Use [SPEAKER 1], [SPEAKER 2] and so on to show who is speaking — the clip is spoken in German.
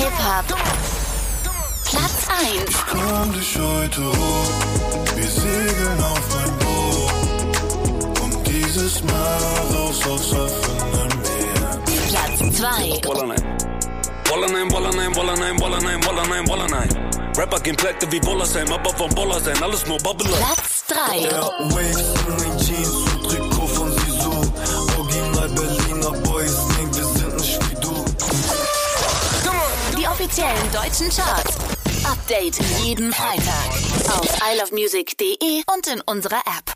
[SPEAKER 1] Hip-Hop. Platz 1.
[SPEAKER 2] Komm dich heute hoch, wir segeln auf mein Boot. Und dieses Mal raus aufs offene Meer.
[SPEAKER 1] Platz 2.
[SPEAKER 3] Baller nein. Baller nein, Baller nein, Baller nein, Baller nein, Baller nein, Baller nein. Rapper gehen pleite wie Baller sein, aber von Baller sein, alles nur Bubbler.
[SPEAKER 1] Platz 3.
[SPEAKER 2] Ja, Waves, Skinny Jeans und Trikot von Sisu. Original Berliner Boys, nee, wir sind nicht wie du.
[SPEAKER 1] Die offiziellen deutschen Charts. Update jeden Freitag auf isleofmusic.de und in unserer App.